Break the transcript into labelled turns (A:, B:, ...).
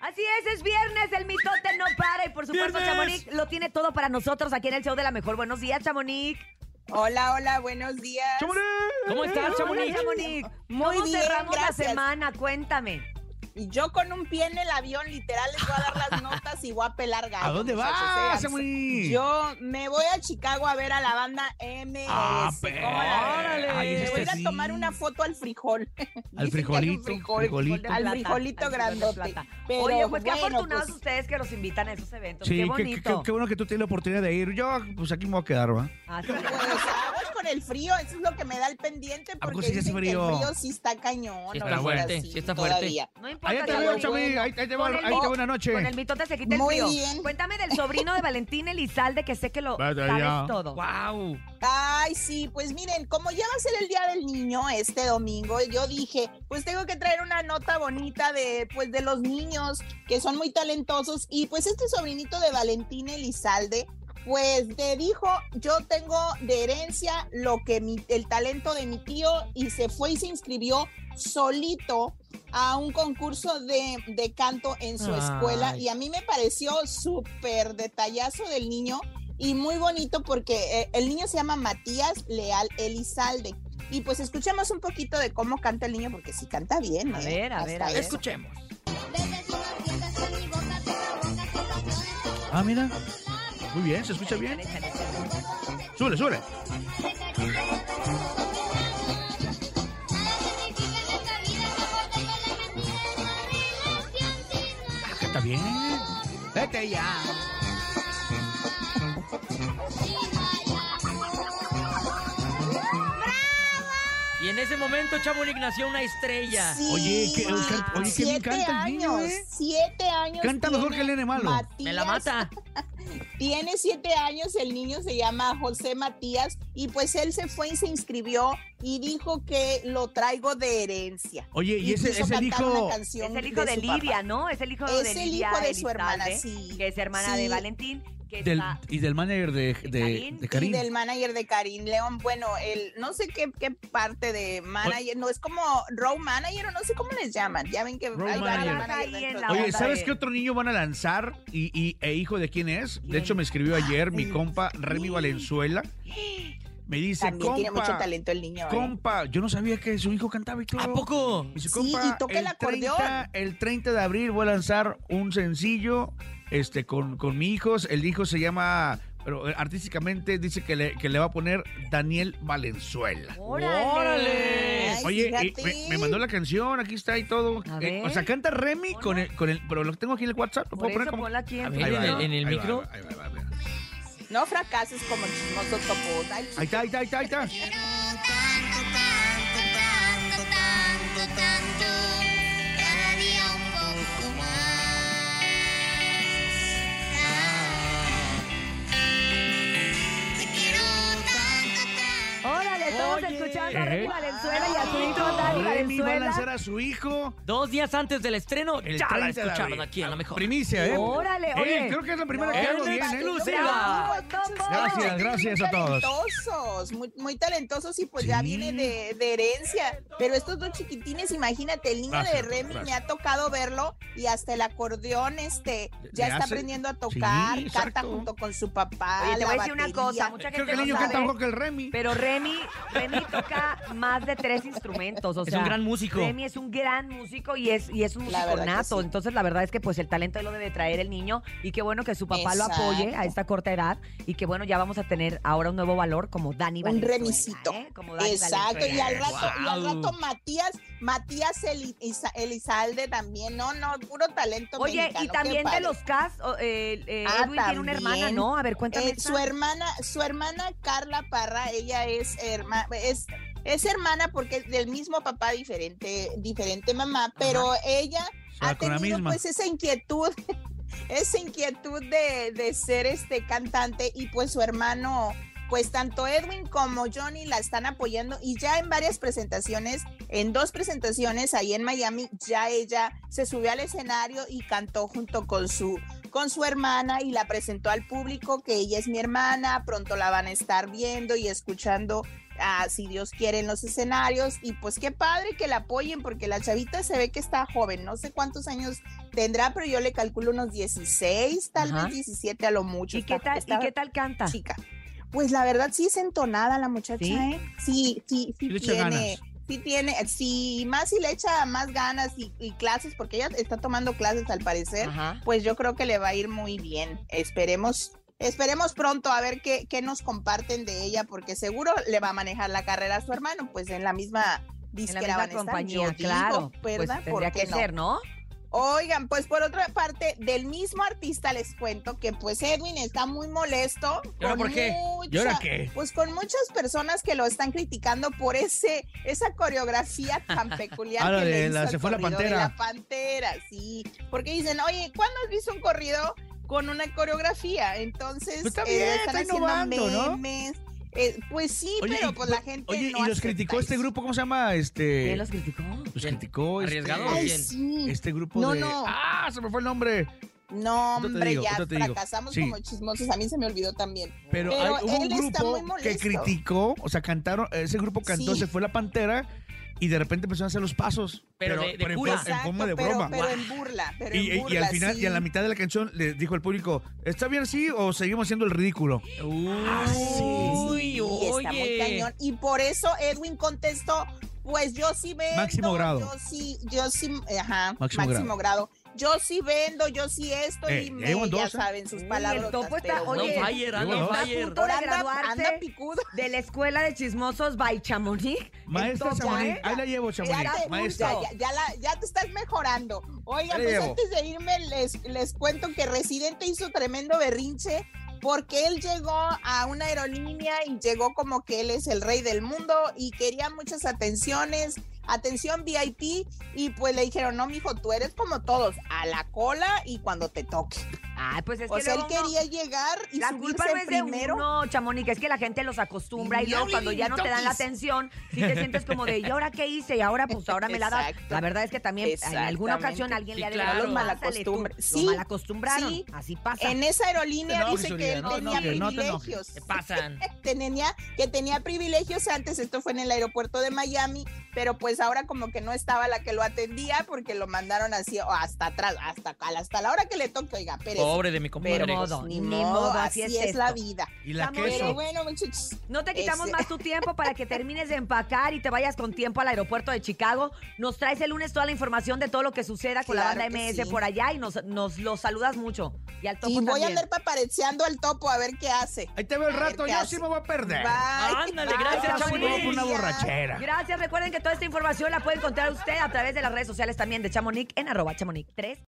A: Así es, es viernes, el mitote no para y por supuesto
B: Viernes.
A: Chamonix lo tiene todo para nosotros aquí en el show de la mejor. Buenos días, Chamonix.
C: Hola, hola, buenos días.
B: ¿Cómo estás,
A: Hola,
B: Chamonix?
A: Chamonix.
C: Muy
A: ¿Cómo
C: bien,
A: cerramos la
C: gracias.
A: semana? Cuéntame.
C: Y yo con un pie en el avión, literal, les voy a dar las notas y voy a pelar gallo.
B: ¿A dónde
C: muchachos,
B: vas,
C: eh, abs-
B: Chamonix?
C: Yo me voy a Chicago a ver a la banda MS.
B: Ah,
C: ¿Cómo
B: pero-
C: la ves?
B: órale.
C: Me
B: Ay,
C: voy a ir
B: este
C: a
B: sí.
C: tomar una foto al frijol. Dicen que hay un
B: frijolito, frijolito.
C: Al
A: Plata,
C: frijolito
A: al
C: grandote.
A: plata.
C: Pero
A: Oye, pues qué
C: bueno,
A: afortunados
C: pues,
A: ustedes que los invitan a esos eventos.
B: Sí,
A: qué
B: qué- qué, qué-
A: bonito. Ah,
B: qué bueno que tú tienes la oportunidad de ir. Yo, pues aquí me voy a quedar, ¿va?
A: Así es.
C: pues, aguas con el frío, eso es lo que me da el pendiente
B: poco
C: porque
B: sí hace
C: dicen que el
B: frío?
C: frío sí está cañón.
D: Sí
C: o
D: está
C: sea,
D: fuerte,
C: sí,
D: sí está fuerte.
C: todavía.
A: No importa.
B: Allá te
C: ya
B: veo,
C: voy.
A: Chamonix.
B: Chamonix. Ahí, ahí te va,
A: Con el
B: ahí te va una noche.
A: Con el mitote se quita el
C: Muy
A: frío.
C: bien.
A: Cuéntame del sobrino de Valentín Elizalde, que sé que lo
B: Vaya ya.
A: sabes todo.
D: ¡Wow!
C: Ay, sí, pues miren, como ya va a ser el Día del Niño este domingo, yo dije, pues tengo que traer una nota bonita de, pues, de los niños que son muy talentosos y pues este sobrinito de Valentín Elizalde, pues te dijo, yo tengo de herencia lo que mi- el talento de mi tío y se fue y se inscribió solito a un concurso de, de canto en su escuela
D: Ay.
C: y a mí me pareció súper detallazo del niño y muy bonito porque eh, el niño se llama Matías Leal Elizalde. Y pues escuchemos un poquito de cómo canta el niño porque sí canta bien.
A: A
C: ¿eh?
A: ver, a
C: Hasta
A: ver, a ver.
C: eso.
D: Escuchemos.
B: Ah, mira. Muy bien, se escucha bien. Sube, sube. Ah, que Está bien. Vete ya.
D: Y en ese momento, Chamonix nació una estrella.
C: Sí,
B: Oye, que-
C: wow.
B: can- oye, que bien
C: Siete
B: canta el niño,
C: años,
B: ¿eh?
C: Siete años.
B: Canta mejor que el nene malo.
D: Me la mata.
C: Tiene siete años, el niño se llama José Matías y pues él se fue y se inscribió y dijo que lo traigo de herencia.
B: Oye, y ese
C: quiso
B: es el
C: cantar
B: hijo.
C: una canción
A: Es el hijo de,
C: su
A: Livia,
C: papá.
A: ¿no? Es el hijo
C: Es
A: de
C: el
A: Livia
C: hijo de su hermana,
A: Elizalde,
C: sí.
A: Que es hermana
C: Sí.
A: de Valentín, que
B: Del,
A: está...
B: y del manager de, de,
A: Karim.
B: de
C: Y
B: Karim.
C: del manager de Karim León, bueno, el no sé qué, qué parte de manager, no es como road manager o no sé cómo les llaman, ya ven que
B: Road
C: hay varios
B: manager.
C: managers
A: Ahí en
C: dentro
A: la
C: de
B: Oye,
A: banda
B: ¿sabes
A: de-
B: qué otro niño van a lanzar? Y, y- e hijo de quién es? De
A: ¿Quién?
B: hecho, me escribió ayer mi
C: sí.
B: compa Remy Valenzuela. Me dice,
C: También tiene
B: compa,
C: mucho talento el niño. ¿eh?
B: compa, yo no sabía que su hijo cantaba y todo.
D: ¿A poco?
B: Me dice,
C: Sí,
B: compa,
C: y toca el acordeón.
B: 30, el 30 de abril voy a lanzar un sencillo este, con, con mi hijo. El hijo se llama, pero eh, artísticamente dice que le, que le va a poner Daniel Valenzuela.
A: ¡Órale!
D: ¡Órale!
C: Ay,
B: Oye, y
C: fíjate.
B: me, me mandó la canción, aquí está y todo.
A: A
B: Eh, o
A: ver.
B: sea, canta Remy
A: Ponla.
B: con el, con el. Pero lo tengo aquí en el WhatsApp. ¿Lo
A: Por
B: puedo poner
A: eso
B: como.?
A: ponla aquí.
D: A
A: en
D: ver,
B: Ahí va,
A: frente.
B: ahí va,
D: en el
B: ahí va,
D: micro.
B: ahí va, ahí va, ahí va.
C: No fracases como chismoso topo. Ay,
B: Ahí está, ahí está, ahí está, ahí está.
E: Tanto, tanto, tanto, tanto, tanto, cada día un poco más. Ah. Te quiero tanto, tanto.
A: Órale, estamos
D: Oye.
A: escuchando a Remy
B: Eh.
A: Valenzuela y a su hijo Dani
B: Remy va a lanzar
A: Valenzuela.
B: a su hijo.
D: Dos días antes del estreno,
B: El
D: ya la
B: 30 de
D: escucharon
B: abril.
D: aquí a la mejor.
B: Primicia, ¿eh?
A: Órale,
B: Eh,
A: oye.
B: creo que es la primera
D: No,
B: que hago
D: en
B: bien, ¿eh?
D: exclusiva.
A: ¡Bravo,
C: muchos
A: Topo!
B: Gracias,
C: talentos,
B: gracias
C: muy
B: a todos.
C: Talentosos, muy, muy talentosos y pues ya
B: Sí.
C: viene de, de herencia. Pero estos dos chiquitines, imagínate, el niño
B: Gracias,
C: de Remy
B: gracias.
C: me ha tocado verlo y hasta el acordeón este ya
B: Le
C: está
B: hace-
C: aprendiendo a tocar,
B: Sí,
C: canta
B: exacto.
C: junto con su papá.
A: Oye, te
C: la
A: voy a decir una
C: batería.
A: cosa. Mucha gente
B: Creo que el
A: no
B: niño
A: sabe,
B: canta mejor que el Remy.
A: Pero Remy, Remy toca más de tres instrumentos. O
D: Es
A: sea,
D: un gran músico.
A: Remy es un gran músico y es, y es un
C: La
A: músico
C: verdad que
A: nato.
C: sí.
A: Entonces, la verdad es que pues el talento ahí lo debe traer el niño y qué bueno que su papá
C: Exacto.
A: lo apoye a esta corta edad y que bueno, ya vamos a tener ahora un nuevo valor como Dani
C: Un
A: Valenzuela.
C: remisito.
A: ¿eh? Como Dani
C: Exacto, y al rato,
D: Valenzuela.
C: y al rato
D: Guau.
C: Matías, Matías Eli- Isa- Elizalde también, no, no, puro talento
A: Oye,
C: mexicano,
A: y
C: qué
A: también de
C: padre.
A: los cast, o, eh, eh,
C: Ah,
A: Edwin tiene una hermana,
C: también.
A: ¿no? A ver, cuéntame.
C: Eh,
A: esa.
C: su hermana, su hermana Carla Parra, ella es hermana, es, es hermana porque es del mismo papá, diferente, diferente mamá, pero ella
B: O sea,
C: ha
B: Ah, con la
C: tenido
B: misma.
C: pues esa inquietud, esa inquietud de, de ser este cantante y pues su hermano. Pues tanto Edwin como Johnny la están apoyando y ya en varias presentaciones, en dos presentaciones ahí en Miami, ya ella se subió al escenario y cantó junto con su con su hermana y la presentó al público que ella es mi hermana, pronto la van a estar viendo y escuchando ah, si Dios quiere, en los escenarios. Y pues qué padre que la apoyen, porque la chavita se ve que está joven, no sé cuántos años tendrá, pero yo le calculo unos 16, tal
A: Ajá.
C: vez 17 a lo mucho.
A: ¿Y qué
C: Está-
A: tal, ¿Y
C: está
A: qué tal canta?
C: chica. Pues la verdad sí es entonada la muchacha,
A: ¿Sí?
C: ¿eh? Sí, sí, sí
B: Sí le echa
C: tiene.
B: ganas.
C: Sí tiene, sí, más si le echa más ganas y, y clases, porque ella está tomando clases al parecer,
A: Ajá.
C: pues yo creo que le va a ir muy bien. Esperemos, esperemos pronto a ver qué, qué nos comparten de ella, porque seguro le va a manejar la carrera a su hermano, pues en la misma disquera
A: en la
C: van
A: misma
C: a estar,
A: compañía,
C: yo digo,
A: claro. Pues
C: ¿verdad? ¿Por
A: tendría
C: qué
A: que
C: no?
A: ser, ¿no?
C: Oigan, pues por otra parte, del mismo artista les cuento que pues Edwin está muy molesto.
D: ¿Y ahora
C: con
D: por qué?
C: mucha-
B: ¿Y ahora qué?
C: Pues con muchas personas que lo están criticando por ese, esa coreografía tan peculiar.
B: Ah, la
C: que le
B: de la-
C: hizo
B: se
C: al
B: fue la
C: corrido de
B: pantera.
C: la pantera, sí. Porque dicen, oye, ¿cuándo has visto un corrido con una coreografía? Entonces, eh,
B: Pues está bien,
C: están
B: está
C: haciendo
B: innovando, ¿no?
C: memes. Eh, pues sí,
B: Oye,
C: pero
B: y-
C: pues la gente.
B: Oye,
C: no
B: y los
C: acepta
B: criticó este
C: eso.
B: grupo, ¿cómo se llama? Este.
A: ¿Quién los criticó?
B: Los
D: ¿Quién?
B: criticó. este-
D: ¿Arriesgado?
C: Ay,
D: Bien.
C: sí.
B: Este grupo
C: No,
B: de.
C: no.
B: ¡Ah! Se me fue el nombre.
C: No,
B: Yo te
C: hombre,
B: digo,
C: ya
B: yo te digo.
C: fracasamos
B: Sí.
C: como chismosos. A mí se me olvidó también.
B: Pero,
C: Pero
B: hay- hubo un
C: él está muy
B: grupo que
C: molesto.
B: criticó, o sea, cantaron, ese grupo cantó,
C: Sí.
B: se fue la pantera y de repente empezaron a hacer los pasos.
D: Pero de- de
B: en
D: cura.
B: forma- en forma de
C: pero,
B: broma.
C: pero en burla. Pero
B: Y,
C: en
B: y- y
C: burla,
B: al final,
C: sí.
B: y a la mitad de la canción, le dijo el público, ¿está bien así o seguimos haciendo el ridículo?
D: Uy,
C: Sí, está muy
D: oye.
C: cañón. Y por eso Edwin contestó, pues yo sí vendo.
B: Máximo grado.
C: Yo sí, yo sí, ajá,
B: Máximo
C: máximo, grado. Yo sí vendo, yo sí esto
B: Eh,
C: y
B: ya
C: me,
B: llevan
C: ya
B: dos, ¿eh?
C: saben sus
A: Uy, el
C: palabras.
A: topo está- oye,
D: Anda on fire, anda
B: Yo,
D: on
B: ¿no?
D: fire.
A: punto de
C: anda,
A: graduarse.
C: anda picudo.
A: De la Escuela de Chismosos by Chamonix.
B: Maestra
A: Entonces,
B: Chamonix,
A: ¿eh?
B: ahí la llevo, Chamonix.
C: Ya te-
B: Maestra.
C: Ya, ya- ya la- ya te estás mejorando. Oiga,
B: Ahí
C: pues
B: llevo.
C: antes de irme les, les cuento que Residente hizo tremendo berrinche porque él llegó a una aerolínea y llegó como que él es el rey del mundo y quería muchas atenciones, atención VIP y pues le dijeron, no, mijo, tú eres como todos, a la cola y cuando te toque.
A: Ay, pues es
C: o
A: que
C: sea, él
A: luego uno-
C: quería llegar y
A: la
C: subirse
A: culpa no es
C: primero.
A: de uno, Chamonix, es que la gente los acostumbra y
B: Ni
A: luego
B: hablen
A: cuando
B: ni
A: ya no te dan la
B: toques.
A: atención, si te sientes como de, ¿y ahora qué hice? Y ahora, pues ahora me la das.
C: Exacto.
A: La verdad es que también en alguna ocasión
C: Exactamente.
A: alguien
D: Sí,
A: le ha de
D: claro.
A: "Pásale
D: Los
C: malacostumbres.
A: tú".
C: Sí,
A: Lo malacostumbraron.
C: sí.
A: Así pasa.
C: En esa aerolínea
B: No te enojes,
C: dice que
B: Uriel,
C: él
B: no te
C: tenía
B: enojes, no te enojes.
C: privilegios.
D: ¿Qué pasan?
C: tenía, que tenía privilegios antes, esto fue en el aeropuerto de Miami, pero pues ahora como que no estaba la que lo atendía porque lo mandaron así o hasta atrás, hasta, hasta la hora que le toque, oiga, pero
D: Pobre de mi
C: pero
D: compadre.
A: modo,
C: pues,
A: ni
C: ni,
A: modo,
C: modo,
A: así
C: así,
A: es
C: es, la
A: esto.
C: vida.
B: Y la
A: Chamonix.
C: Pero
B: queso.
C: bueno, muchachos,
A: No te quitamos
C: Ese.
A: más tu tiempo para que termines de empacar y te vayas con tiempo al aeropuerto de Chicago. Nos traes el lunes toda la información de todo lo que suceda con
C: Claro
A: la banda
C: que
A: MS
C: sí.
A: por allá y nos, nos los saludas mucho. Y al topo
C: y voy a
A: también.
C: andar papareando al topo a ver qué hace.
B: Ahí te veo el
C: A ver
B: rato,
C: qué
B: yo
C: hace.
B: sí me voy a perder.
C: Bye.
D: Ándale,
C: Bye.
D: gracias,
B: Yo sí me voy por una
C: Chamonix.
B: borrachera.
A: Gracias. Recuerden que toda esta información la puede encontrar usted a través de las redes sociales también de Chamonix en arroba chamonix 3.